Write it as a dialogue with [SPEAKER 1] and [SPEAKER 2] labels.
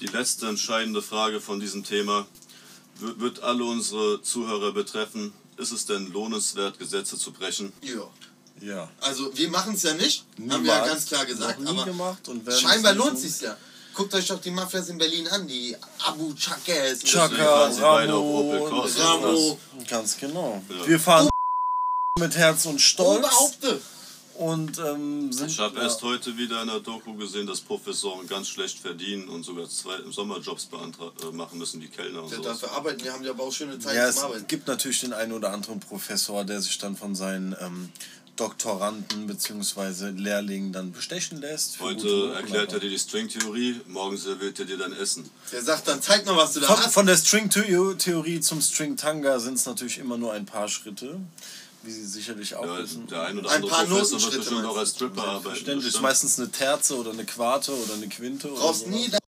[SPEAKER 1] die letzte entscheidende Frage von diesem Thema wird, wird alle unsere Zuhörer betreffen. Ist es denn lohnenswert, Gesetze zu brechen?
[SPEAKER 2] Ja.
[SPEAKER 3] Ja.
[SPEAKER 2] Also wir machen es ja nicht, haben wir ja
[SPEAKER 3] Niemals.
[SPEAKER 2] ganz klar gesagt.
[SPEAKER 3] Noch nie
[SPEAKER 2] Aber
[SPEAKER 3] gemacht und werden
[SPEAKER 2] scheinbar
[SPEAKER 3] es nicht
[SPEAKER 2] lohnt
[SPEAKER 3] tun.
[SPEAKER 2] sich's ja. Guckt euch doch die Mafias in Berlin an, die Abu Chakas.
[SPEAKER 1] Deswegen
[SPEAKER 3] Chaka,
[SPEAKER 1] fahren sie beide auf Opel
[SPEAKER 3] Ramo,
[SPEAKER 1] Corsa.
[SPEAKER 2] Ramo.
[SPEAKER 3] Ganz genau.
[SPEAKER 1] Ja.
[SPEAKER 3] Wir fahren
[SPEAKER 2] Oh.
[SPEAKER 3] mit Herz und Stolz
[SPEAKER 2] Unbehaupte.
[SPEAKER 3] und ähm, sind.
[SPEAKER 1] Ich habe
[SPEAKER 3] ja.
[SPEAKER 1] erst heute wieder in der Doku gesehen, dass Professoren ganz schlecht verdienen und sogar zwei Sommerjobs beantra- äh, machen müssen, die Kellner und
[SPEAKER 2] Ja,
[SPEAKER 1] so.
[SPEAKER 2] dafür arbeiten, die haben ja aber auch schöne Zeit zum
[SPEAKER 3] ja, es
[SPEAKER 2] Arbeiten.
[SPEAKER 3] gibt natürlich den einen oder anderen Professor, der sich dann von seinen ähm, Doktoranden bzw. Lehrlingen dann bestechen lässt. für gute
[SPEAKER 1] Heute
[SPEAKER 3] Noten,
[SPEAKER 1] erklärt er
[SPEAKER 3] aber-
[SPEAKER 1] dir die Stringtheorie, morgen serviert er dir dein Essen.
[SPEAKER 2] Der sagt dann, zeig mal, was du da
[SPEAKER 3] Von,
[SPEAKER 2] hast.
[SPEAKER 3] von der String-Theorie zum String-Tanga sind es natürlich immer nur ein paar Schritte, wie Sie sicherlich auch
[SPEAKER 1] Ja,
[SPEAKER 3] wissen.
[SPEAKER 1] der ein oder
[SPEAKER 2] Ein
[SPEAKER 1] andere
[SPEAKER 2] paar
[SPEAKER 1] Professor wird
[SPEAKER 2] Notenschritte
[SPEAKER 1] bestimmt auch
[SPEAKER 2] meinst
[SPEAKER 1] als Stripper arbeiten.
[SPEAKER 3] Ständig ist
[SPEAKER 1] bestimmt.
[SPEAKER 3] meistens eine Terze oder eine Quarte oder eine Quinte.
[SPEAKER 2] Du brauchst
[SPEAKER 3] oder sowas.
[SPEAKER 2] nie dein